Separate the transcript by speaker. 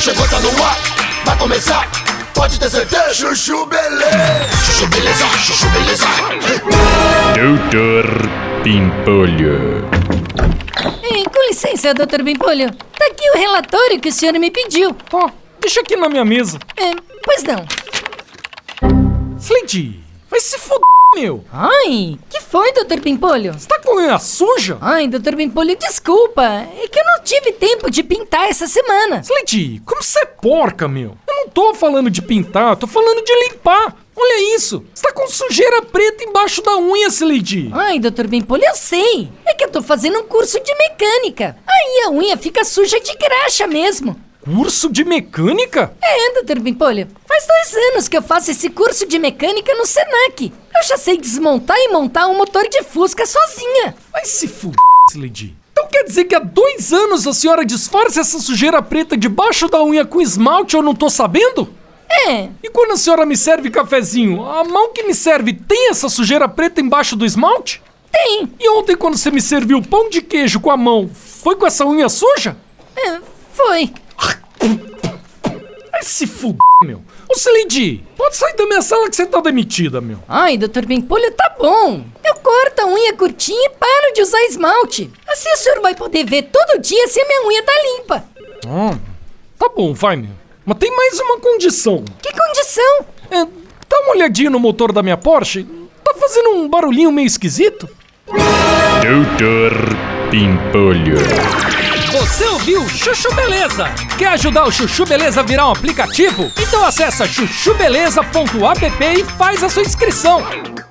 Speaker 1: Chegou, tá no ar, vai começar. Pode ter certeza. Chuchu beleza. Chuchu beleza, chuchu beleza.
Speaker 2: Doutor Pimpolho.
Speaker 3: Ei, com licença, doutor Bimpolho. Tá aqui o relatório que o senhor me pediu.
Speaker 4: Ó, deixa aqui na minha mesa.
Speaker 3: É, pois não.
Speaker 4: Slade, vai se foder, meu.
Speaker 3: Ai, que foi, doutor Pimpolho?
Speaker 4: Você tá com a unha suja?
Speaker 3: Ai, doutor Bimpolho, desculpa. É que eu não tive tempo de pintar essa semana.
Speaker 4: Slade, como você é porca, meu. Eu não tô falando de pintar, eu tô falando de limpar. Olha isso. Você tá com sujeira preta embaixo da unha, Slade.
Speaker 3: Ai, doutor Bimpolho, eu sei. É que eu tô fazendo um curso de mecânica. Aí a unha fica suja de graxa mesmo.
Speaker 4: Curso de mecânica?
Speaker 3: É, doutor Bimpolho. Faz dois anos que eu faço esse curso de mecânica no Senac. Eu já sei desmontar e montar um motor de fusca sozinha.
Speaker 4: Vai se fuder, Slade. Então quer dizer que há dois anos a senhora disfarça essa sujeira preta debaixo da unha com esmalte eu não tô sabendo?
Speaker 3: É,
Speaker 4: E quando a senhora me serve cafezinho, a mão que me serve tem essa sujeira preta embaixo do esmalte?
Speaker 3: tem.
Speaker 4: E ontem quando você me serviu pão de queijo com a mão, foi com essa unha suja?
Speaker 3: É, foi.
Speaker 4: Vai se fuder, meu. Ô Celidi, pode sair da minha sala que você tá demitida, meu.
Speaker 3: Ai, doutor Bimpolho, tá bom. Eu corto a unha curtinha e paro de usar esmalte. Assim o senhor vai poder ver todo dia se a minha unha tá limpa.
Speaker 4: Ah, tá bom, vai, meu. Mas tem mais uma condição.
Speaker 3: Que condição?
Speaker 4: É, dá uma olhadinha no motor da minha Porsche. Tá fazendo um barulhinho meio esquisito.
Speaker 2: Doutor Pimpolho.
Speaker 4: Você ouviu Chuchu Beleza? Quer ajudar o Chuchu Beleza a virar um aplicativo? Então acessa chuchubeleza.app e faz a sua inscrição.